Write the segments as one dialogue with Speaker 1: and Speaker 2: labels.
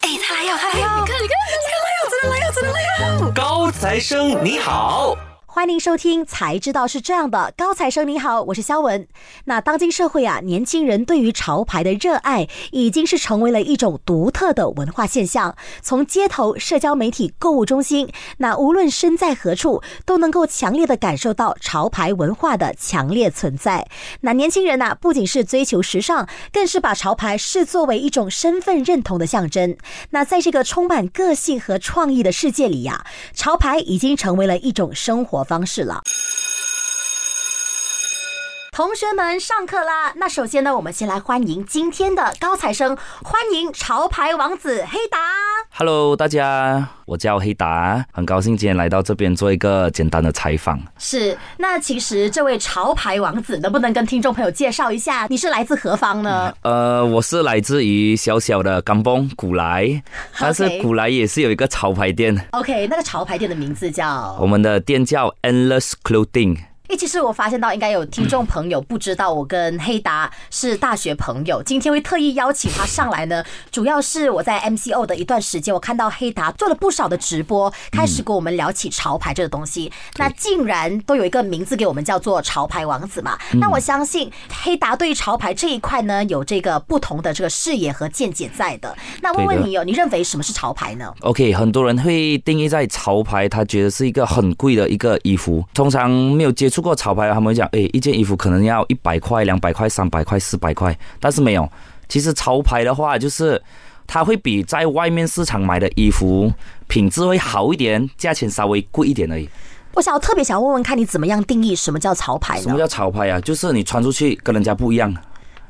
Speaker 1: 哎了，还好。
Speaker 2: 你看，你看，
Speaker 1: 真的来了，真的来了。
Speaker 3: 高材生你好，
Speaker 4: 欢迎收听《才知道是这样的》，高材生你好，我是肖文。那当今社会啊，年轻人对于潮牌的热爱已经是成为了一种独特的文化现象。从街头、社交媒体、购物中心，那无论身在何处，都能够强烈的感受到潮牌文化的强烈存在。那年轻人呐、不仅是追求时尚，更是把潮牌视作为一种身份认同的象征。那在这个充满个性和创意的世界里呀、潮牌已经成为了一种生活方式了。同学们，上课啦！那首先呢，我们先来欢迎今天的高材生，欢迎潮牌王子黑达。
Speaker 5: Hello，大家，我叫黑达，很高兴今天来到这边做一个简单的采访。
Speaker 4: 是，那其实这位潮牌王子能不能跟听众朋友介绍一下，你是来自何方呢？
Speaker 5: 呃，我是来自于小小的甘崩古来，但是
Speaker 4: OK
Speaker 5: 古来也是有一个潮牌店，
Speaker 4: OK，那个潮牌店的名字叫……
Speaker 5: 我们的店叫 Endless Clothing。
Speaker 4: 诶，其实我发现到应该有听众朋友不知道我跟黑达是大学朋友，今天会特意邀请他上来呢，主要是我在 MCO 的一段时间，我看到黑达做了不少的直播，开始跟我们聊起潮牌这个东西，那竟然都有一个名字给我们叫做潮牌王子嘛，
Speaker 5: 嗯
Speaker 4: 那我相信黑达对于潮牌这一块呢，有这个不同的这个视野和见解在的。那问问
Speaker 5: 对的
Speaker 4: 你哦，你认为什么是潮牌呢？
Speaker 5: OK，很多人会定义在潮牌，他觉得是一个很贵的一个衣服。通常没有接触过潮牌，他们会讲，诶，一件衣服可能要一百块、两百块、三百块、四百块，但是没有。其实潮牌的话，就是它会比在外面市场买的衣服品质会好一点，价钱稍微贵一点而已。
Speaker 4: 我想我特别想问问看你怎么样定义什么叫潮牌
Speaker 5: 什
Speaker 4: 呢
Speaker 5: 么？叫潮牌啊？就是你穿出去跟人家不一样。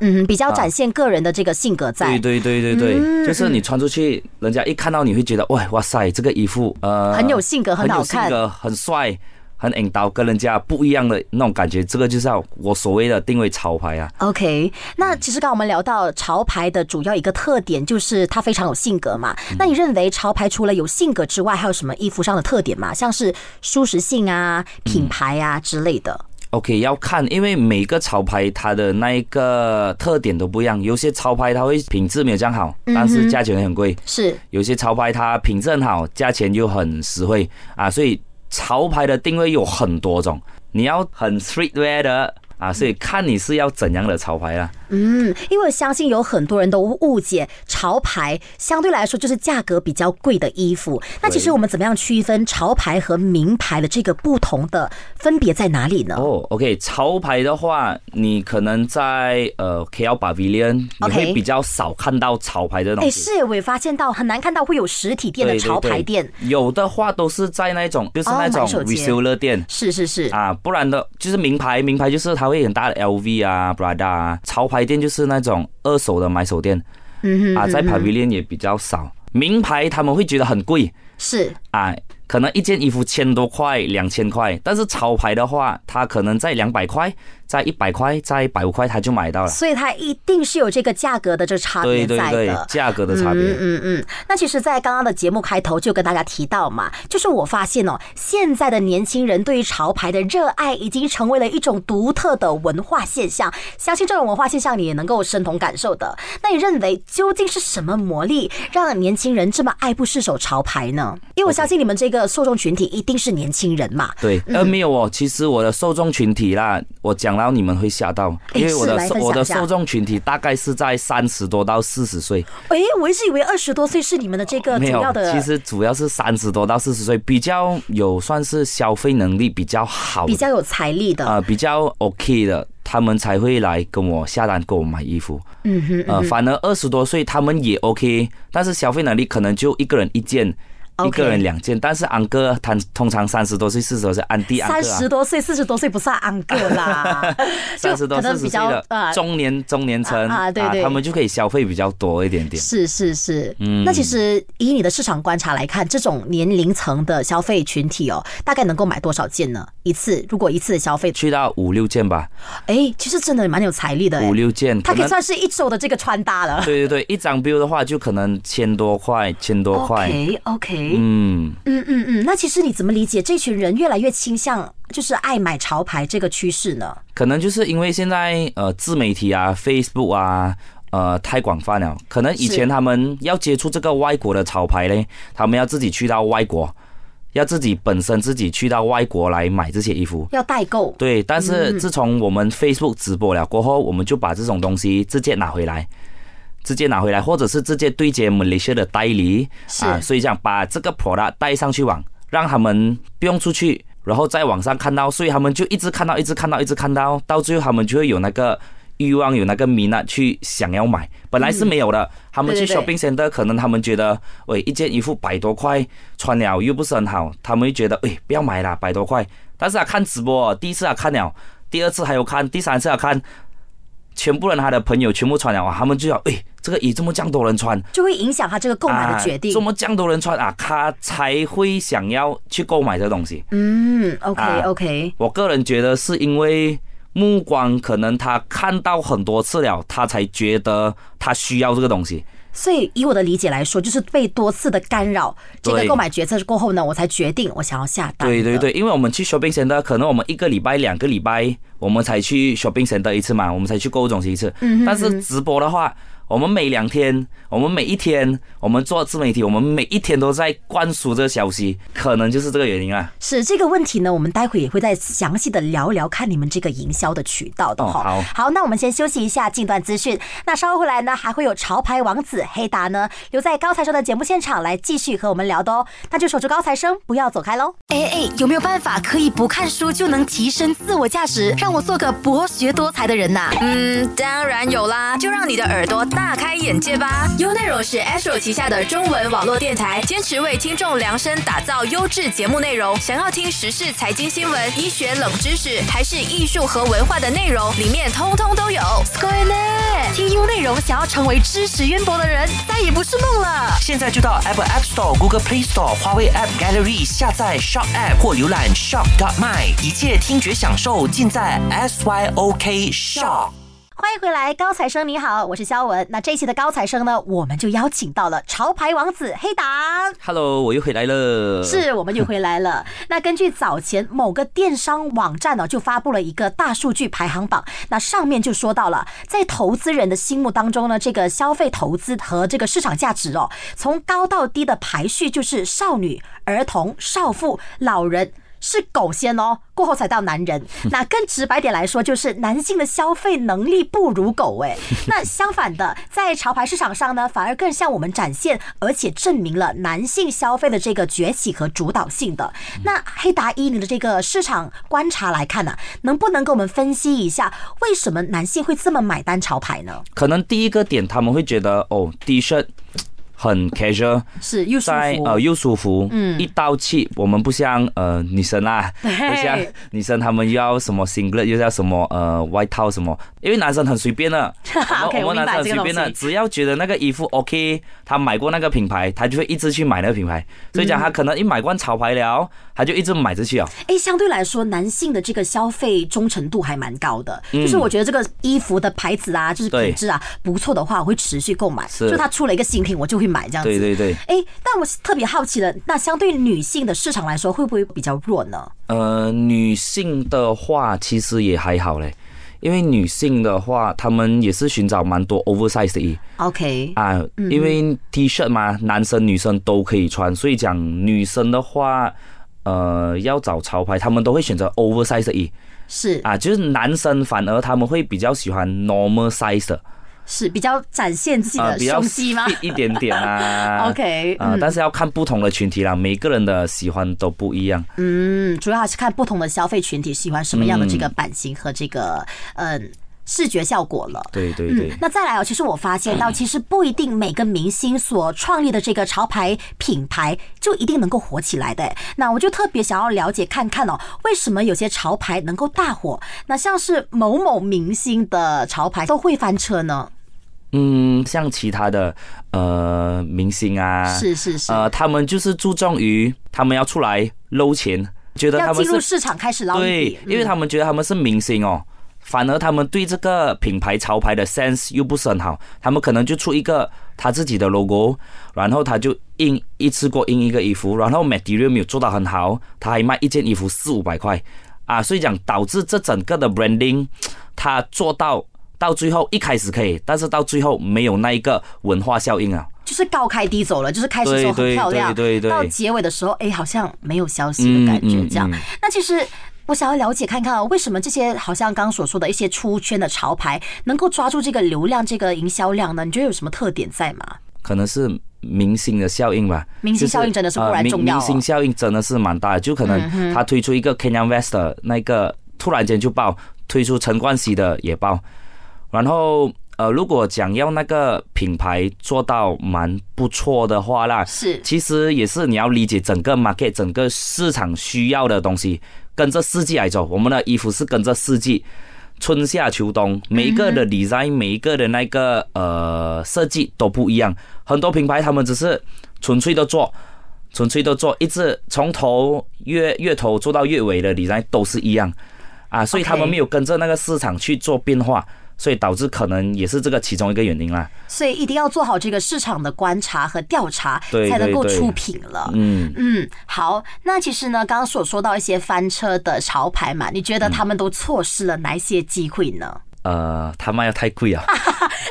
Speaker 4: 嗯，比
Speaker 5: 啊
Speaker 4: 较展现个人的这个性格在，嗯
Speaker 5: 对对对对对，就是你穿出去，人家一看到你会觉得，哇哇塞，这个衣服呃
Speaker 4: 很有性格很好看
Speaker 5: 很有性格，很帅，很引导，跟人家不一样的那种感觉。这个就是要我所谓的定位潮牌啊。
Speaker 4: OK，那其实刚刚我们聊到潮牌的主要一个特点就是它非常有性格嘛。
Speaker 5: 嗯
Speaker 4: 那你认为潮牌除了有性格之外，还有什么衣服上的特点吗？像是舒适性啊、
Speaker 5: 嗯
Speaker 4: 品牌啊之类的。
Speaker 5: OK，要看，因为每个潮牌它的那一个特点都不一样，有些潮牌它会品质没有这样好，但
Speaker 4: 嗯
Speaker 5: 是价钱会很贵；
Speaker 4: 是
Speaker 5: 有些潮牌它品质很好，价钱又很实惠啊。所以潮牌的定位有很多种，你要很 streetwear 的啊，所以看你是要怎样的潮牌啦。
Speaker 4: 嗯，因为我相信有很多人都误解潮牌相对来说就是价格比较贵的衣服。那其实我们怎么样区分潮牌和名牌的这个不同的分别在哪里呢？
Speaker 5: 哦、o k 潮牌的话，你可能在呃 KL Pavilion，你
Speaker 4: OK
Speaker 5: 会比较少看到潮牌这种。
Speaker 4: 哎，是我也发现到很难看到会有实体店的
Speaker 5: 对
Speaker 4: 潮牌店，
Speaker 5: 对对有的话都是在那种就是
Speaker 4: 哦
Speaker 5: 那种
Speaker 4: 买手街
Speaker 5: reseller 店。
Speaker 4: 是是是，
Speaker 5: 啊，不然的就是名牌，名牌就是它会很大的 LV 啊、Prada 啊，潮牌店就是那种二手的买手店，
Speaker 4: 嗯哼，
Speaker 5: 啊，在 Pavilion 也比较少。名牌他们会觉得很贵
Speaker 4: 是
Speaker 5: 啊，可能一件衣服千多块、两千块，但是潮牌的话，它可能在两百块、在一百块、在百五块，它就买到了。
Speaker 4: 所以它一定是有这个价格的这个差别
Speaker 5: 对对
Speaker 4: 在
Speaker 5: 对
Speaker 4: 的，。
Speaker 5: 价格的差别。
Speaker 4: 嗯嗯嗯，那其实，在刚刚的节目开头就跟大家提到嘛，就是我发现哦，现在的年轻人对于潮牌的热爱已经成为了一种独特的文化现象。相信这种文化现象你也能够深同感受的。那你认为究竟是什么魔力让年轻人这么爱不释手潮牌呢？因为我相信你们这个受众群体一定是年轻人嘛。
Speaker 5: 对，呃，没有哦。其实我的受众群体啦，我讲到你们会吓到，
Speaker 4: 哎
Speaker 5: 因为我
Speaker 4: 是
Speaker 5: 的
Speaker 4: 来
Speaker 5: 受
Speaker 4: 分享
Speaker 5: 我的
Speaker 4: 一下
Speaker 5: 受众群体大概是在三十多到四十岁，
Speaker 4: 诶，我一直以为二十多岁是你们的这个
Speaker 5: 没
Speaker 4: 呃主
Speaker 5: 有
Speaker 4: 要，的，
Speaker 5: 其实主要是三十多到四十岁比较有算是消费能力比较好的，
Speaker 4: 比较有财力的。
Speaker 5: 呃比较 OK 的，他们才会来跟我下单跟我买衣服。
Speaker 4: 嗯哼，
Speaker 5: 呃，反而二十多岁他们也 OK，但是消费能力可能就一个人一件。一
Speaker 4: OK
Speaker 5: 个人两件，但是安哥他通常三十多岁、四十多岁，安迪安哥、啊、
Speaker 4: 三十多岁、四十多岁不算安个 啦，就
Speaker 5: 三十多、
Speaker 4: 可
Speaker 5: 四
Speaker 4: 能
Speaker 5: 十
Speaker 4: 比
Speaker 5: 岁
Speaker 4: 较
Speaker 5: 的
Speaker 4: 呃，
Speaker 5: 中年中年层
Speaker 4: 啊啊对对
Speaker 5: 他们就可以消费比较多一点点。嗯
Speaker 4: 是是是。那其实以你的市场观察来看，这种年龄层的消费群体哦，大概能够买多少件呢？一次如果一次的消费，
Speaker 5: 去到五六件吧，
Speaker 4: 哎，其实真的蛮有财力的哎
Speaker 5: 五，六件，
Speaker 4: 它可以
Speaker 5: 能
Speaker 4: 算是一周的这个穿搭了。
Speaker 5: 对对对，一张 bill 的话就可能千多块，千多块。
Speaker 4: OK OK，
Speaker 5: 嗯，
Speaker 4: 嗯嗯嗯，那其实你怎么理解这群人越来越倾向就是爱买潮牌这个趋势呢？
Speaker 5: 可能就是因为现在呃自媒体啊，Facebook 啊，呃太广泛了，可能以前他们要接触这个外国的潮牌嘞，他们要自己去到外国，要自己本身自己去到外国来买这些衣服。
Speaker 4: 要代购，
Speaker 5: 对，但是自从我们 Facebook 直播了过后，我们就把这种东西直接拿回来，直接拿回来，或者是直接对接 Malaysia 的代理啊，所以这样把这个 product 带上去网，让他们不用出去，然后在网上看到，所以他们就一直看到，一直看到，一直看到，到最后他们就会有那个。欲望有那个迷呢，去想要买，本来是没有的。他们去
Speaker 4: 对对对
Speaker 5: shopping center，可能他们觉得，喂，一件衣服百多块，穿了又不是很好，他们就觉得，喂，不要买啦，百多块。但是他啊看直播，第一次他啊看了，第二次还有看，第三次他看，啊全部人他的朋友全部穿了啊，他们就要，哎，这个衣这么这样多人穿，
Speaker 4: 就会影响他这个购买的决定
Speaker 5: 啊、。这么这样多人穿啊，他才会想要去购买这东西。
Speaker 4: 嗯，OK
Speaker 5: 啊
Speaker 4: OK，
Speaker 5: 我个人觉得是因为目光可能他看到很多次了，他才觉得他需要这个东西。
Speaker 4: 所以以我的理解来说，就是被多次的干扰这个
Speaker 5: 对
Speaker 4: 购买决策过后呢，我才决定我想要下单。
Speaker 5: 对对，对，因为我们去 shopping center，可能我们一个礼拜、两个礼拜，我们才去 shopping center 一次嘛，我们才去购物中心一次。
Speaker 4: 嗯
Speaker 5: 但是直播的话，我们每两天，我们每一天，我们做自媒体，我们每一天都在灌输这个消息，可能就是这个原因啊。
Speaker 4: 是这个问题呢，我们待会也会再详细的聊一聊，看你们这个营销的渠道的
Speaker 5: 哦
Speaker 4: 哈。
Speaker 5: 好
Speaker 4: 好，那我们先休息一下，近段资讯。那稍后回来呢，还会有潮牌王子黑达呢留在高材生的节目现场来继续和我们聊的哦。那就守住高材生，不要走开喽。
Speaker 2: 哎哎，有没有办法可以不看书就能提升自我价值，让我做个博学多才的人呐、
Speaker 1: 嗯，当然有啦，就让你的耳朵大开眼界吧。
Speaker 2: 优内容是 Astro 旗下的中文网络电台，
Speaker 1: 坚持为听众量身打造优质节目内容。想要听时事、财经新闻、医学冷知识，还是艺术和文化的内容，里面通通都有。
Speaker 2: 对呢。听优内容想要成为知识渊博的人，再也不是梦了。
Speaker 3: 现在就到 Apple App Store、Google Play Store、华为 App Gallery 下载 Shop App 或浏览 Shop.my，一切听觉享受尽在 SYOK Shop。
Speaker 4: 欢迎回来，高材生你好，我是肖文。那这一期的高材生呢，我们就邀请到了潮牌王子黑达，
Speaker 5: Hello，我又回来了。
Speaker 4: 是我们又回来了。 那根据早前某个电商网站呢，就发布了一个大数据排行榜，那上面就说到了，在投资人的心目当中呢，这个消费投资和这个市场价值哦，从高到低的排序就是少女、儿童、少妇、老人。是狗先哦，过后才到男 人。那更直白点来说，就是男性的消费能力不如狗 哎。那相反的，在潮牌市场上呢，反而更向我们展现，而且证明了男性消费的这个崛起和主导性的。那黑达依你的这个市场观察来看呢、啊能不能给我们分析一下，为什么男性会这么买单潮牌呢？
Speaker 5: 可能第一个点他们会觉得，哦，T 恤很 casual，
Speaker 4: 是又舒
Speaker 5: 在
Speaker 4: 服，
Speaker 5: 呃又舒服，嗯，一刀切。我们不像呃女 生啊，不像女生她们又要什么 singlet，又要什么呃外套什么，因为男生很随 便的，我
Speaker 4: OK，
Speaker 5: 们我
Speaker 4: 我明
Speaker 5: 们
Speaker 4: 白
Speaker 5: 男生很
Speaker 4: 这个
Speaker 5: 随便的，
Speaker 4: 东西
Speaker 5: 只要觉得那个衣服 OK，他买过那个品牌，他就会一直去买那个品牌。所以讲他可能一买惯潮牌了，他就一直买着去哦。
Speaker 4: 哎，相对来说，男性的这个消费忠诚度还蛮高的，就是我觉得这个衣服的牌子啊，就是
Speaker 5: 嗯对
Speaker 4: 品质啊不错的话，我会持续购买。
Speaker 5: 是
Speaker 4: 就他出了一个新品，我就会买这样子。
Speaker 5: 对对对。
Speaker 4: 哎，但我特别好奇了，那相对女性的市场来说，会不会比较弱呢？
Speaker 5: 呃，女性的话其实也还好嘞，因为女性的话，她们也是寻找蛮多 oversize 的衣
Speaker 4: OK，
Speaker 5: 啊，因
Speaker 4: 嗯
Speaker 5: 为 T 恤嘛，男生女生都可以穿，所以讲女生的话，呃，要找潮牌，他们都会选择 oversize 的衣
Speaker 4: 是
Speaker 5: 啊，就是男生反而他们会比较喜欢 normal size 的，
Speaker 4: 是比较展现自己
Speaker 5: 呃，
Speaker 4: 的
Speaker 5: 比较
Speaker 4: 胸肌吗
Speaker 5: fit 一点 点啊。
Speaker 4: ？OK，
Speaker 5: 啊，
Speaker 4: 嗯
Speaker 5: 但是要看不同的群体啦，每个人的喜欢都不一样。
Speaker 4: 嗯，主要还是看不同的消费群体喜欢什么样的这
Speaker 5: 嗯
Speaker 4: 个版型和这个嗯视觉效果了。
Speaker 5: 对对对。
Speaker 4: 嗯，那再来哦，其实我发现 到，其实不一定每个明星所创立的这个潮牌品牌就一定能够火起来的。那我就特别想要了解看看哦，为什么有些潮牌能够大火？那像是某某明星的潮牌都会翻车呢？
Speaker 5: 嗯，像其他的呃明星啊，
Speaker 4: 是是是，
Speaker 5: 呃，他们就是注重于他们要出来搂钱，觉得他
Speaker 4: 要
Speaker 5: 们
Speaker 4: 进入
Speaker 5: 是
Speaker 4: 市场开始捞一
Speaker 5: 对
Speaker 4: 笔，，
Speaker 5: 因为
Speaker 4: 嗯
Speaker 5: 他们觉得他们是明星哦，反而他们对这个品牌潮牌的 sense 又不是很好，他们可能就出一个他自己的 logo，然后他就印一次过印一个衣服，然后 material 没有做到很好，他还卖一件衣服四五百块啊，所以讲导致这整个的 branding 他做到到最后一开始可以，但是到最后没有那一个文化效应啊。
Speaker 4: 就是高开低走了，就是开始的时候很漂亮，
Speaker 5: 对对对对对
Speaker 4: 到结尾的时候，哎，好像没有消息的感觉，
Speaker 5: 嗯嗯
Speaker 4: 这样。
Speaker 5: 嗯
Speaker 4: 那其实我想要了解看看啊，为什么这些好像刚刚所说的一些出圈的潮牌能够抓住这个流量、这个营销量呢？你觉得有什么特点在吗？
Speaker 5: 可能是明星的效应吧。
Speaker 4: 明星效应真的是忽然
Speaker 5: 就是呃
Speaker 4: 重要哦
Speaker 5: 明明星效应真的是蛮大的，就可能他推出一个 Kanye West 的那个突然间就爆，推出陈冠希的也爆，然后。呃，如果讲要那个品牌做到蛮不错的话啦，
Speaker 4: 是
Speaker 5: 其实也是你要理解整个 market 整个市场需要的东西，跟着四季来走。我们的衣服是跟着四季，春夏秋冬，每一个的 design，每一个的那个呃设计都不一样。很多品牌他们只是纯粹的做，纯粹的做，一直从头月月头做到月尾的 design 都是一样啊，所以
Speaker 4: OK
Speaker 5: 他们没有跟着那个市场去做变化。所以导致可能也是这个其中一个原因啦。
Speaker 4: 所以一定要做好这个市场的观察和调查，
Speaker 5: 对
Speaker 4: 才能够
Speaker 5: 对对
Speaker 4: 出品了。
Speaker 5: 嗯，
Speaker 4: 嗯，好，那其实呢，刚刚所说到一些翻车的潮牌嘛，你
Speaker 5: 嗯
Speaker 4: 觉得他们都错失了哪一些机会呢？
Speaker 5: 呃，他卖的太 贵啊，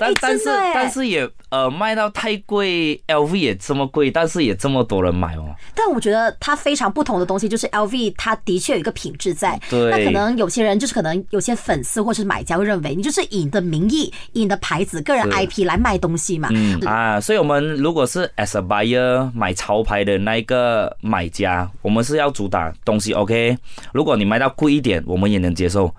Speaker 5: 但但是
Speaker 4: 哎真的耶
Speaker 5: 但是也呃卖到太贵，LV 也这么贵，但是也这么多人买 哦。
Speaker 4: 但我觉得它非常不同的东西就是 LV，它的确有一个品质在。
Speaker 5: 对
Speaker 4: 那可能有些人就是可能有些粉丝或是买家会认为你就是以你的名义、以你的牌子、个人
Speaker 5: 是
Speaker 4: IP 来卖东西嘛。
Speaker 5: 嗯啊，所以我们如果是 as a buyer 买潮牌的那一个买家，我们是要主打东西 OK。如果你卖到贵一点，我们也能接受。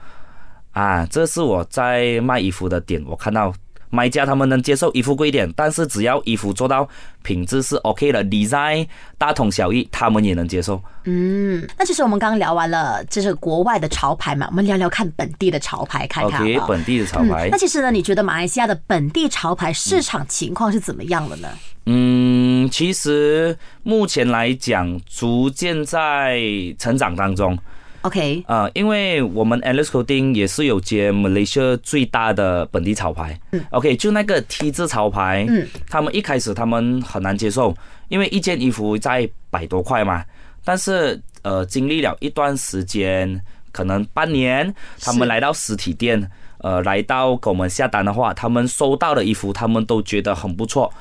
Speaker 5: 啊，这是我在卖衣服的点，我看到买家他们能接受衣服贵一点，但是只要衣服做到品质是 OK 的，design 大同小异，他们也能接受。
Speaker 4: 嗯，那其实我们刚刚聊完了，这是国外的潮牌嘛，我们聊聊看本地的潮牌，看看好
Speaker 5: OK，
Speaker 4: 不好
Speaker 5: 本地的潮牌。
Speaker 4: 嗯，那其实呢，你觉得马来西亚的本地潮牌市场情况是怎么样的呢？
Speaker 5: 嗯，其实目前来讲，逐渐在成长当中。
Speaker 4: OK，
Speaker 5: 呃，因为我们 a l i c e Coding 也是有接 Malaysia 最大的本地潮牌。OK，就那个 T 字潮牌，
Speaker 4: 嗯，
Speaker 5: 他们一开始他们很难接受，因为一件衣服在百多块嘛。但是呃，经历了一段时间，可能半年，他
Speaker 4: 是
Speaker 5: 们来到实体店，呃，来到给我们下单的话，他们收到的衣服，他们都觉得很不错。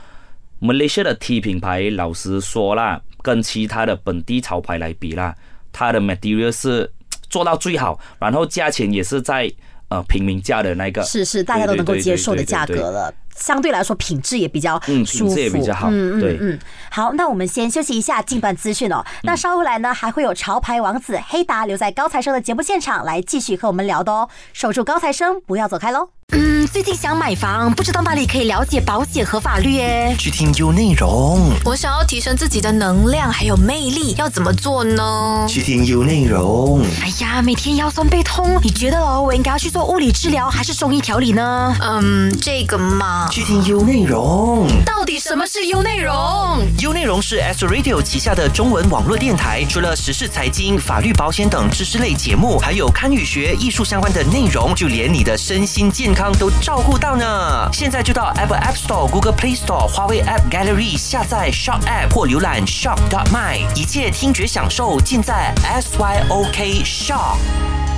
Speaker 5: Malaysia 的 T 品牌，老实说啦，跟其他的本地潮牌来比啦，它的 material 是做到最好，然后价钱也是在呃平民价的那个，
Speaker 4: 是是，大家都能够
Speaker 5: 对对对
Speaker 4: 接受的
Speaker 5: 对对
Speaker 4: 价格
Speaker 5: 对
Speaker 4: 了，相对来说品质也比较
Speaker 5: 嗯
Speaker 4: 舒
Speaker 5: 品
Speaker 4: 服，
Speaker 5: 质也比较好
Speaker 4: 嗯嗯
Speaker 5: 对
Speaker 4: 嗯。好，那我们先休息一下，进段资讯哦。
Speaker 5: 嗯
Speaker 4: 那稍后来呢，还会有潮牌王子黑达留在高材生的节目现场来继续和我们聊的哦。守住高材生，不要走开喽。
Speaker 2: 嗯，最近想买房，不知道哪里可以了解保险和法律耶。
Speaker 3: 去听 U 内容，
Speaker 1: 我想要提升自己的能量还有魅力，要怎么做呢？
Speaker 3: 去听 U 内容，
Speaker 2: 哎呀，每天腰酸背痛，你觉得哦，我应该要去做物理治疗还是中医调理呢？
Speaker 1: 嗯，这个嘛，
Speaker 3: 去听 U 内容。
Speaker 1: 到底什么是优内容？
Speaker 3: U 内容是 S Radio 旗下的中文网络电台，除了时事、财经、法律、保险等知识类节目，还有堪舆学、艺术相关的内容，就连你的身心健康都照顾到呢。现在就到 Apple App Store、Google Play Store、华为 App Gallery 下载 Shop App 或浏览 Shop dot my，一切听觉享受尽在 S Y O K Shop。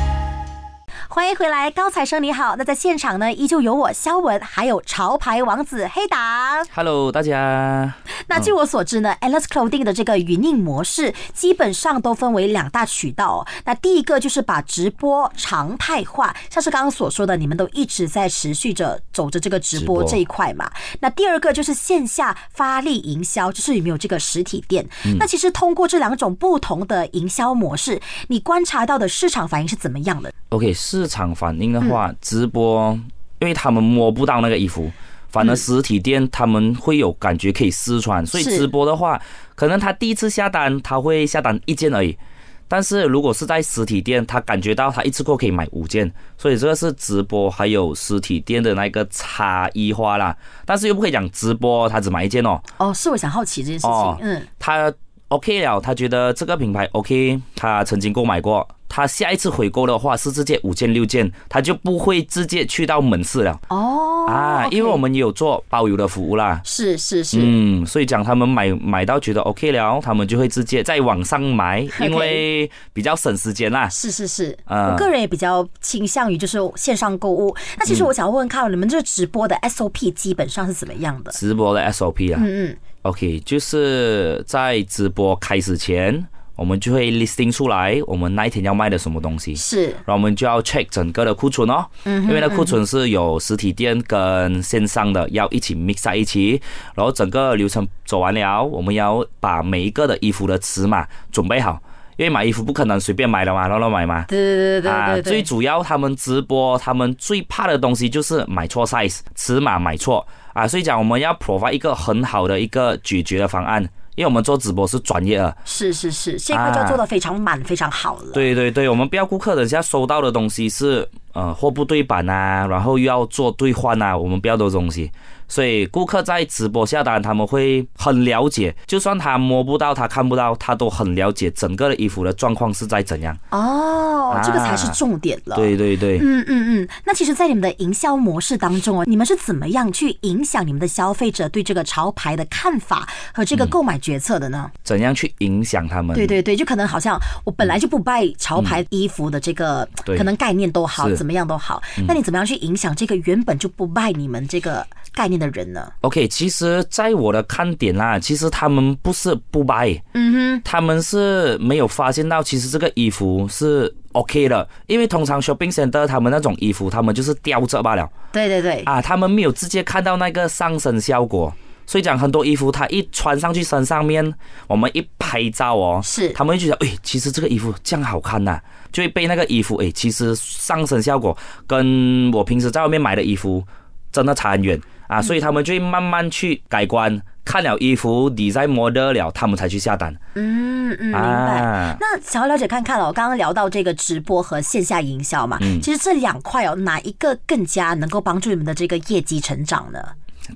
Speaker 4: 欢迎回来，高材生你好。那在现场呢，依旧有我肖文，还有潮牌王子黑达。
Speaker 5: Hello，大家，
Speaker 4: 那据我所知呢 a l i c e Clothing 的这个云印模式基本上都分为两大渠道、哦。那第一个就是把直播常态化，像是刚刚所说的，你们都一直在持续着走着这个直播
Speaker 5: 直播
Speaker 4: 这一块嘛。那第二个就是线下发力营销，就是有没有这个实体店。
Speaker 5: 嗯
Speaker 4: 那其实通过这两种不同的营销模式，你观察到的市场反应是怎么样的？
Speaker 5: OK，市场反应的话，直播，因为他们摸不到那个衣服，反而实体店他们会有感觉可以试穿，所以
Speaker 4: 是
Speaker 5: 直播的话，可能他第一次下单他会下单一件而已，但是如果是在实体店，他感觉到他一次过可以买五件，所以这个是直播还有实体店的那个差异化啦。但是又不可以讲直播他只买一件哦，
Speaker 4: 哦，是我想好奇这件事情。
Speaker 5: 哦
Speaker 4: 嗯，
Speaker 5: 他 OK 了，他觉得这个品牌 OK，他曾经购买过，他下一次回购的话是直接五件六件，他就不会直接去到门市了
Speaker 4: 哦
Speaker 5: 啊，
Speaker 4: OK
Speaker 5: 因为我们也有做包邮的服务啦。
Speaker 4: 是是是，
Speaker 5: 嗯，所以讲他们买买到觉得 OK 了，他们就会直接在网上买，因为比较省时间啦。
Speaker 4: 是是是，
Speaker 5: 啊
Speaker 4: 我个人也比较倾向于就是线上购物。那其实
Speaker 5: 嗯
Speaker 4: 我想要问问看，你们这个直播的 SOP 基本上是怎么样的？
Speaker 5: 直播的 SOP 啊，
Speaker 4: 嗯嗯，
Speaker 5: OK，就是在直播开始前，我们就会 listing 出来，我们那一天要卖的什么东西，
Speaker 4: 是
Speaker 5: 然后我们就要 check 整个的库存哦。嗯，因为呢库存是有实体店跟线上的要一起 mix 在一起，然后整个流程走完了，我们要把每一个的衣服的尺码准备好，因为买衣服不可能随便买的嘛，乱乱买嘛。
Speaker 4: 对对对
Speaker 5: 啊，
Speaker 4: 对对
Speaker 5: 最
Speaker 4: 对，
Speaker 5: 主要他们直播，他们最怕的东西就是买错 size，尺码买错啊，所以讲我们要 provide 一个很好的一个解决的方案，因为我们做直播是专业的，
Speaker 4: 是是是，这一块就要做的非常满、非常好了。
Speaker 5: 啊对对对，我们不要顾客等下收到的东西是呃货不对版啊，然后又要做兑换啊，我们不要的东西。所以顾客在直播下单，他们会很了解，就算他摸不到、他看不到，他都很了解整个的衣服的状况是在怎样。
Speaker 4: 哦，这个才是重点了。
Speaker 5: 啊对对对。
Speaker 4: 嗯嗯嗯，那其实，在你们的营销模式当中哦，你们是怎么样去影响你们的消费者对这个潮牌的看法和这个
Speaker 5: 嗯
Speaker 4: 购买决策的呢？
Speaker 5: 怎样去影响他们？
Speaker 4: 对对对，就可能好像我本来就不卖潮牌衣服的这个，
Speaker 5: 嗯对
Speaker 4: 可能概念都好，
Speaker 5: 是嗯
Speaker 4: 怎么样都好。那你怎么样去影响这个原本就不卖你们这个概念的人呢？
Speaker 5: OK，其实，在我的看点啦，其实他们不是不 buy，
Speaker 4: 嗯
Speaker 5: 他们是没有发现到，其实这个衣服是 OK 的，因为通常 shopping center 他们那种衣服，他们就是吊着罢了
Speaker 4: 哼，对对对，
Speaker 5: 啊，他们没有直接看到那个上身效果。所以讲很多衣服，它一穿上去身上面，我们一拍照哦，
Speaker 4: 是
Speaker 5: 他们就觉得，哎，其实这个衣服这样好看呐、就会被那个衣服，哎，其实上身效果跟我平时在外面买的衣服真的差很远
Speaker 4: 嗯
Speaker 5: 啊，所以他们就会慢慢去改观，看了衣服，你在 model 了，他们才去下单。
Speaker 4: 嗯嗯，明白。
Speaker 5: 啊，
Speaker 4: 那想要了解看看哦，刚刚聊到这个直播和线下营销嘛，
Speaker 5: 嗯
Speaker 4: 其实这两块哦，哪一个更加能够帮助你们的这个业绩成长 呢？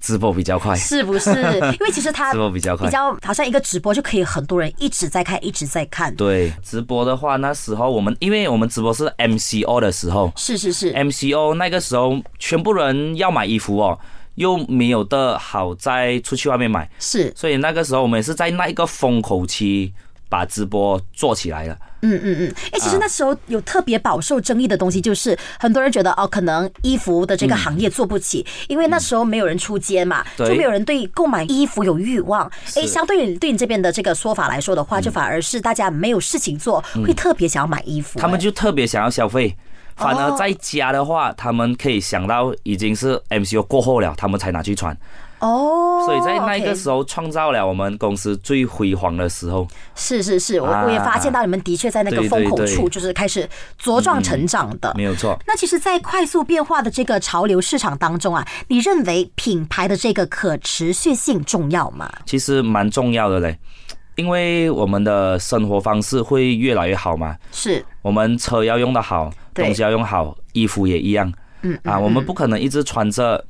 Speaker 5: 直播比较快，
Speaker 4: 是不是？因为其实它
Speaker 5: 直播比较快
Speaker 4: 啊比较好像一个直播就可以很多人一直在看，一直在看。
Speaker 5: 对，直播的话，那时候我们因为我们直播是 MCO 的时候，
Speaker 4: 是是是，
Speaker 5: 哎 MCO 那个时候，全部人要买衣服哦，又没有的好再出去外面买，
Speaker 4: 是，
Speaker 5: 所以那个时候我们也是在那一个风口期把直播做起来了。
Speaker 4: 嗯嗯嗯，哎、
Speaker 5: 啊
Speaker 4: 其实那时候有特别饱受争议的东西，就是很多人觉得哦，可能衣服的这个行业做不起，因为那时候没有人出街嘛，
Speaker 5: 嗯对
Speaker 4: 就没有人对购买衣服有欲望。哎、
Speaker 5: 是嗯
Speaker 4: 相对于对你这边的这个说法来说的话，就反而是大家没有事情做，会特别想要买衣服、
Speaker 5: 他们
Speaker 4: 诶
Speaker 5: 就特别想要消费。反而
Speaker 4: 哦
Speaker 5: 在家的话，他们可以想到已经是 MCO 过后了，他们才拿去穿，
Speaker 4: 哦，
Speaker 5: 所以在那个
Speaker 4: OK
Speaker 5: 时候创造了我们公司最辉煌的时候。
Speaker 4: 是是是，我、
Speaker 5: 啊
Speaker 4: 我也发现到你们的确在那个
Speaker 5: 对
Speaker 4: 风口
Speaker 5: 对嗯对
Speaker 4: 处，就是开始茁壮成长的。
Speaker 5: 没有错，
Speaker 4: 那其实，在快速变化的这个潮流市场当中啊，你认为品牌的这个可持续性重要吗？
Speaker 5: 其实蛮重要的嘞，因为我们的生活方式会越来越好嘛。
Speaker 4: 是
Speaker 5: 我们车要用的好，
Speaker 4: 对
Speaker 5: 东西要用好，衣服也一样。
Speaker 4: 嗯
Speaker 5: 啊，我们不可能一直穿着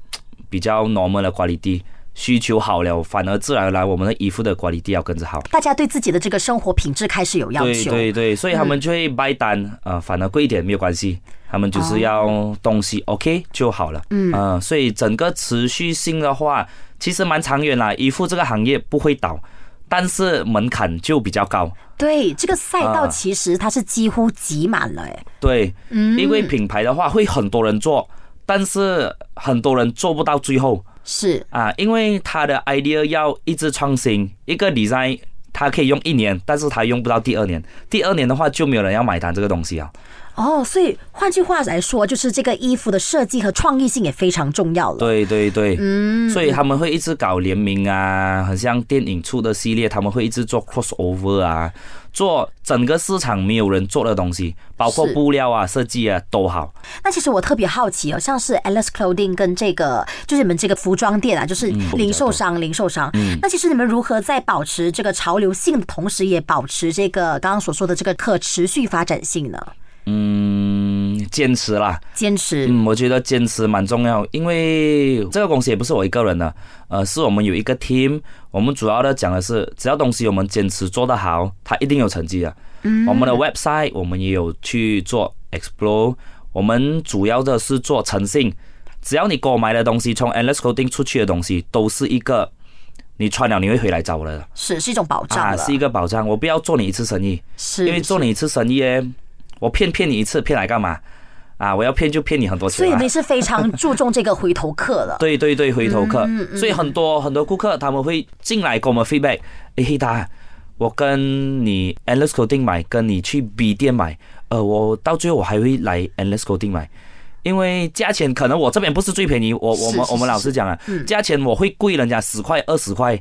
Speaker 5: 比较 normal 的 quality，需求好了，反而自然而然我们的衣服的 quality 要跟着好。
Speaker 4: 大家对自己的这个生活品质开始有要
Speaker 5: 对
Speaker 4: 求。
Speaker 5: 对对，所以他们就会掰单，呃，反而贵一点没有关系，他们就是要东西 OK 就好了。嗯，呃，所以整个持续性的话，其实蛮长远啦，衣服这个行业不会倒。但是门槛就比较高，
Speaker 4: 对这个赛道
Speaker 5: 啊
Speaker 4: 其实它是几乎挤满了、哎、
Speaker 5: 对，因为品牌的话会很多人做，但是很多人做不到最后
Speaker 4: 是
Speaker 5: 啊，因为他的 idea 要一直创新，一个 design 他可以用一年，但是他用不到第二年，第二年的话就没有人要买单这个东西啊。
Speaker 4: 哦，所以换句话来说，就是这个衣服的设计和创意性也非常重要了。
Speaker 5: 对对对，嗯，所以他们会一直搞联名啊，很像电影出的系列，他们会一直做 crossover 啊，做整个市场没有人做的东西，包括
Speaker 4: 是
Speaker 5: 布料啊、设计啊都好。
Speaker 4: 那其实我特别好奇哦，像是 Alice Clothing 跟这个就是你们这个服装店啊，就是
Speaker 5: 嗯
Speaker 4: 零售商，零售商。那其实你们如何在保持这个潮流性的同时，也保持这个刚刚所说的这个可持续发展性呢？
Speaker 5: 嗯，坚持啦，
Speaker 4: 坚持。
Speaker 5: 嗯，我觉得坚持蛮重要，因为这个公司也不是我一个人的，呃，是我们有一个 team，我们主要的讲的是，只要东西我们坚持做得好，它一定有成绩的。嗯，我们的 website 我们也有去做 explore，我们主要的是做诚信，只要你购买的东西，从 endless coding 出去的东西，都是一个你穿了你会回来找我的
Speaker 4: 是是一种保障
Speaker 5: 啊，
Speaker 4: 了，
Speaker 5: 是一个保障。我不要做你一次生意，
Speaker 4: 是
Speaker 5: 因为做
Speaker 4: 是
Speaker 5: 你一次生意耶，我骗骗你一次，骗来干嘛？啊，我要骗就骗你很多
Speaker 4: 所
Speaker 5: 钱、
Speaker 4: 以
Speaker 5: 啊。
Speaker 4: 你是非常注重这个回头客了。
Speaker 5: 对对对，回头客，
Speaker 4: 嗯
Speaker 5: 所以很多很多顾客他们会进来给我们 feedback，哎，黑达，我跟你 endless coding 买，跟你去 B 店买，呃，我到最后我还会来 endless coding 买。因为价钱可能我这边不是最便宜，我我
Speaker 4: 是
Speaker 5: 们
Speaker 4: 是嗯
Speaker 5: 我们老实讲啊，价钱我会贵人家十块二十块，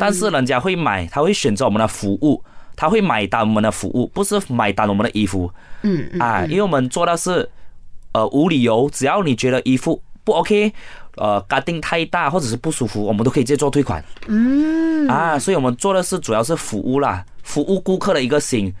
Speaker 5: 但是人家会买，他会选择我们的服务，他会买单我们的服务，不是买单我们的衣服，
Speaker 4: 嗯
Speaker 5: 啊，因为我们做到是，呃，无理由，只要你觉得衣服不 OK，呃，嘎定太大或者是不舒服，我们都可以直接做退款。嗯，啊，所以我们做的是主要是服务啦，服务顾客的一个心。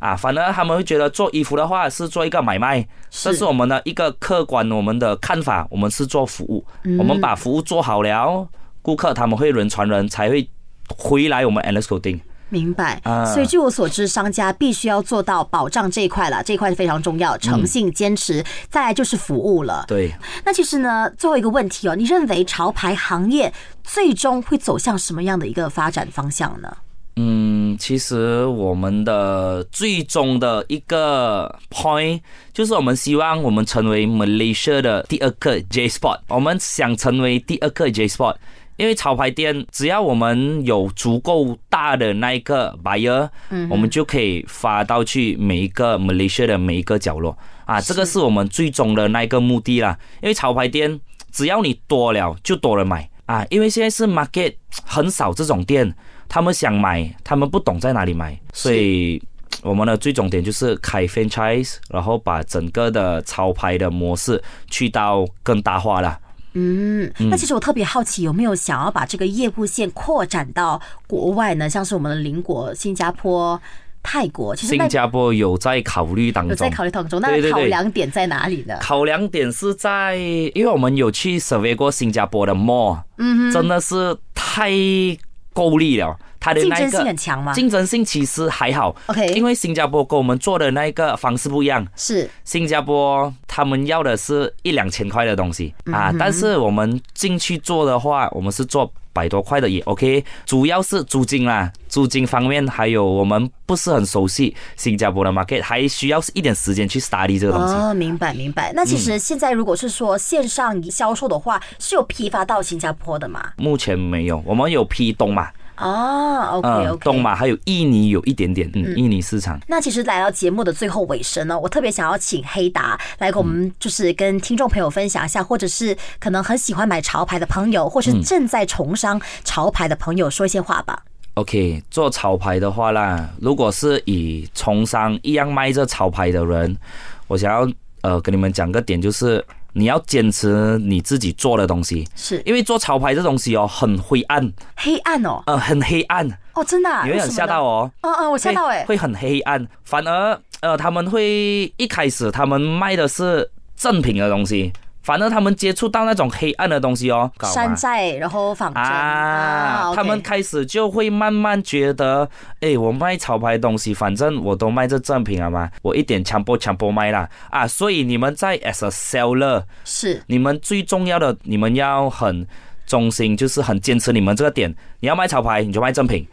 Speaker 5: 啊，反而他们会觉得做衣服的话是做一个买卖，这是我们的一个客观我们的看法，我们是做服务，我们把服务做好了，顾客他们会人传人才会回来我们 Endless Coding。
Speaker 4: 明白
Speaker 5: 啊，
Speaker 4: 所以据我所知，商家必须要做到保障这一块了，这一块是非常重要，诚信、坚持，再来就是服务了。
Speaker 5: 嗯对，
Speaker 4: 那其实呢，最后一个问题哦，你认为潮牌行业最终会走向什么样的一个发展方向呢？
Speaker 5: 嗯，其实我们的最终的一个 point 就是我们希望我们成为 Malaysia 的第二个 J Spot，我们想成为第二个 J Spot，因为潮牌店只要我们有足够大的那一个 buyer，、我们就可以发到去每一个 Malaysia 的每一个角落啊，这个是我们最终的那一个目的啦，因为潮牌店。只要你多了，就多人买啊！因为现在是 market 很少这种店，他们想买，他们不懂在哪里买，所以我们的最终点就是开 franchise，然后把整个的潮牌的模式去到更大化了。
Speaker 4: 嗯，那其实我特别好奇，有没有想要把这个业务线扩展到国外呢？像是我们的邻国新加坡、泰国，其实那
Speaker 5: 新加坡有在考虑当
Speaker 4: 有在
Speaker 5: 中。
Speaker 4: 考虑啊当中，那
Speaker 5: 对对对
Speaker 4: 考量点在哪里呢？
Speaker 5: 考量点是在，因为我们有去 survey 过新加坡的 mall，嗯，真的是太够力了，它的
Speaker 4: 竞
Speaker 5: 那一
Speaker 4: 争
Speaker 5: 个
Speaker 4: 性很强吗？
Speaker 5: 竞争性其实还好
Speaker 4: OK
Speaker 5: 因为新加坡跟我们做的那个方式不一样。
Speaker 4: 是
Speaker 5: 新加坡他们要的是一两千块的东西
Speaker 4: 嗯
Speaker 5: 啊，但是我们进去做的话，我们是做百多块的也 OK，主要是租金啦，租金方面还有我们不是很熟悉新加坡的 market，还需要一点时间去 study 这个东西。嗯
Speaker 4: 哦，明白明白。那其实现在如果是说线上销售的话，是有批发到新加坡的嘛？
Speaker 5: 目前没有，我们有批东马，
Speaker 4: 哦，OK
Speaker 5: 嗯，
Speaker 4: OK，
Speaker 5: 东马还有印尼有一点点，嗯，印尼市场。
Speaker 4: 那其实来到节目的最后尾声呢，我特别想要请黑达来给我们，
Speaker 5: 嗯
Speaker 4: 就是跟听众朋友分享一下，或者是可能很喜欢买潮牌的朋友，或
Speaker 5: 嗯
Speaker 4: 是正在崇尚潮牌的朋友说一些话吧。
Speaker 5: OK，做潮牌的话啦，如果是以从商一样卖这潮牌的人，我想要呃跟你们讲个点，就是你要坚持你自己做的东西，
Speaker 4: 是
Speaker 5: 因为做潮牌这东西哦很灰暗，
Speaker 4: 黑暗哦，
Speaker 5: 呃很黑暗，
Speaker 4: 哦，真的、啊，
Speaker 5: 你会很吓到
Speaker 4: 哦。
Speaker 5: 哦。
Speaker 4: 嗯嗯，我吓到哎、
Speaker 5: 会会很黑暗。反而呃，他们会一开始他们卖的是正品的东西，反而他们接触到那种黑暗的东西哦，搞嘛
Speaker 4: 山寨，然后仿真
Speaker 5: 啊，
Speaker 4: ，OK
Speaker 5: 他们开始就会慢慢觉得，哎，我卖潮牌东西，反正我都卖这正品了嘛，我一点强迫强迫卖啦啊，所以你们在 as a seller，
Speaker 4: 是
Speaker 5: 你们最重要的，你们要很忠心，就是很坚持你们这个点，你要卖潮牌你就卖正品。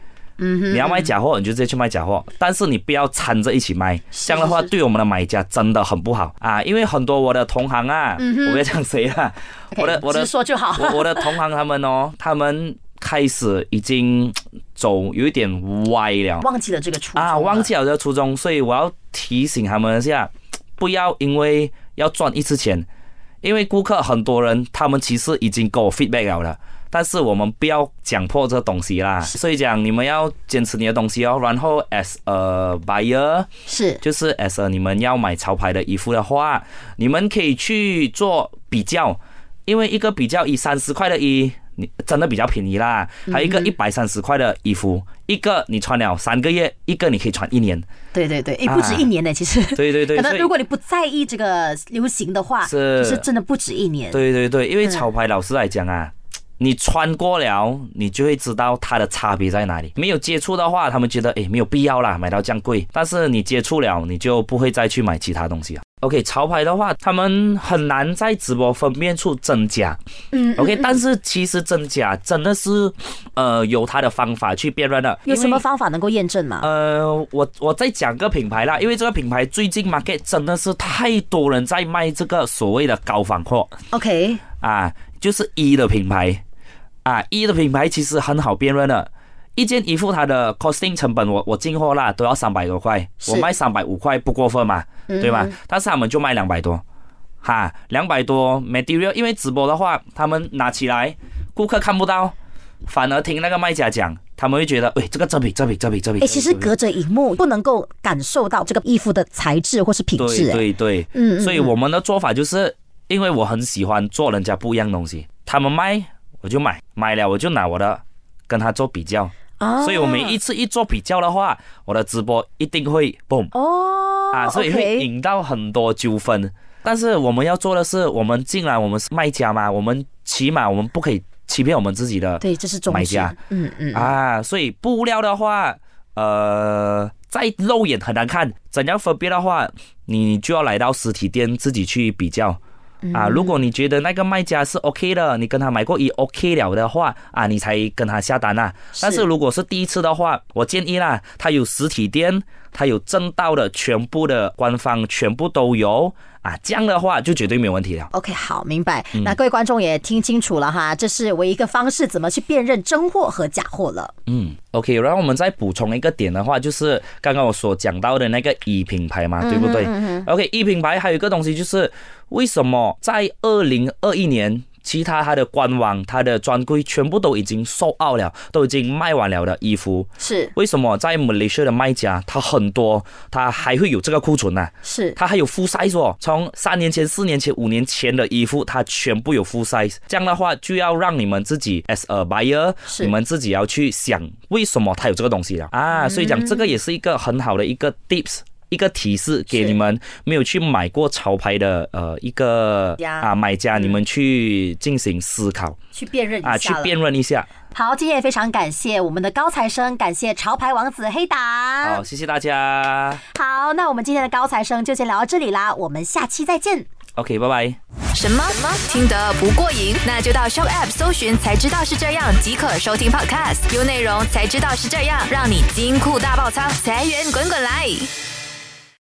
Speaker 5: 嗯，你要卖假货，你就直接去卖假货，但是你不要掺着一起卖，这样的话对我们的买家真的很不好啊！因为很多我的同行啊，我不要讲谁啊，
Speaker 4: 嗯 OK，
Speaker 5: 我的我的
Speaker 4: 直说就好。
Speaker 5: 我我的同行他们哦，他们开始已经走有一点歪了
Speaker 4: 忘记了这个初衷
Speaker 5: 啊，
Speaker 4: 了
Speaker 5: 忘记了这个初衷，所以我要提醒他们一下，不要因为要赚一次钱，因为顾客很多人他们其实已经给我 feedback 了的。但是我们不要讲破这东西啦，所以讲你们要坚持你的东西哦。然后 as a buyer，
Speaker 4: 是
Speaker 5: 就是 as a 你们要买潮牌的衣服的话，你们可以去做比较，因为一个比较以三十块的衣，你真的比较便宜啦。还有一个一百三十块的衣服，一个你穿了三个月，一个你可以穿一年。
Speaker 2: 对对对，也不止一年呢，其实。
Speaker 5: 啊对对对
Speaker 2: 可能
Speaker 5: 所以
Speaker 2: 如果你不在意这个流行的话，
Speaker 5: 是
Speaker 2: 就是真的不止一年。
Speaker 5: 对对对，
Speaker 2: 嗯
Speaker 5: 因为潮牌老师来讲啊，你穿过了，你就会知道它的差别在哪里。没有接触的话，他们觉得诶没有必要啦，买到这样贵。但是你接触了，你就不会再去买其他东西了。OK，潮啊牌的话，他们很难在直播分辨出真假。
Speaker 2: 嗯
Speaker 5: OK，但是其实真假真的是，呃，有他的方法去辨认的。
Speaker 2: 有什
Speaker 5: 因为
Speaker 2: 么方法能够验证吗？
Speaker 5: 呃，我我再讲个品牌啦，因为这个品牌最近 market 真的是太多人在卖这个所谓的高仿货
Speaker 2: OK，
Speaker 5: 啊，就是一、的品牌啊，一、的品牌其实很好辨认的。一件衣服它的 costing 成本我，我进货啦都要三百多块，
Speaker 2: 是嗯
Speaker 5: 我卖三百五块不过分嘛，对吧？但是他们就卖两百多，哈，两百多 material，因为直播的话，他们拿起来顾客看不到，反而听那个卖家讲，他们会觉得，喂、这个这比这比这比这比。
Speaker 2: 哎，其实
Speaker 5: 这比
Speaker 2: 隔着荧幕不能够感受到这个衣服的材质或是品质。
Speaker 5: 对
Speaker 2: 哎，
Speaker 5: 对对，
Speaker 2: 嗯嗯
Speaker 5: 所以我们的做法就是，因为我很喜欢做人家不一样的东西，他们卖我就买，买了我就拿我的跟他做比较，
Speaker 2: 啊
Speaker 5: 哦所以我们一次一做比较的话，我的直播一定会 boom
Speaker 2: 哦
Speaker 5: 啊，所以会
Speaker 2: OK
Speaker 5: 引到很多纠纷。但是我们要做的是，我们进来我们是卖家嘛，我们起码我们不可以欺骗我们自己的
Speaker 2: 对，这是中
Speaker 5: 买
Speaker 2: 指
Speaker 5: 家。
Speaker 2: 嗯嗯，
Speaker 5: 啊，所以布料的话，呃，在肉眼很难看，怎样分辨的话，你就要来到实体店自己去比较。啊，如果你觉得那个卖家是 OK 的，你跟他买过一 OK 了的话，啊，你才跟他下单啊。但是如果是第一次的话，我建议啦，他有实体店，他有正道的，全部的官方全部都有啊，这样的话就绝对没有问题了。
Speaker 2: OK，好，明白。
Speaker 5: 嗯
Speaker 2: 那各位观众也听清楚了哈，这是唯一一个方式，怎么去辨认真货和假货了。
Speaker 5: 嗯，OK，然后我们再补充一个点的话，就是刚刚我所讲到的那个一品牌嘛，对不对、o k 一品牌还有一个东西就是，为什么在二零二一年，其他它的官网、它的专柜全部都已经售 out 了，都已经卖完了的衣服，
Speaker 2: 是
Speaker 5: 为什么在马来西亚的卖家，他很多，他还会有这个库存啊呢、
Speaker 2: 是，
Speaker 5: 它还有 full size 哦，从三年前、四年前、五年前的衣服，它全部有 full size。这样的话，就要让你们自己 as a buyer，
Speaker 2: 是
Speaker 5: 你们自己要去想为什么它有这个东西了啊。所以讲，这个也是一个很好的一个 tips。一个提示给
Speaker 2: 是
Speaker 5: 你们没有去买过潮牌的呃一个
Speaker 2: 呀
Speaker 5: 啊买家，你们去进行思考
Speaker 2: 去辨认一
Speaker 5: 啊，去
Speaker 2: 下了。
Speaker 5: 辨认一下。
Speaker 2: 好，今天也非常感谢我们的高材生，感谢潮牌王子黑
Speaker 5: 好，
Speaker 2: 达。
Speaker 5: 谢谢大家。
Speaker 2: 好，那我们今天的高材生就先聊到这里啦，我们下期再见。
Speaker 5: OK，拜拜。
Speaker 1: 什么？听得不过瘾？那就到 Show App 搜寻才知道是这样，即可收听 Podcast。有内容才知道是这样，让你金库大爆仓，财源滚滚来。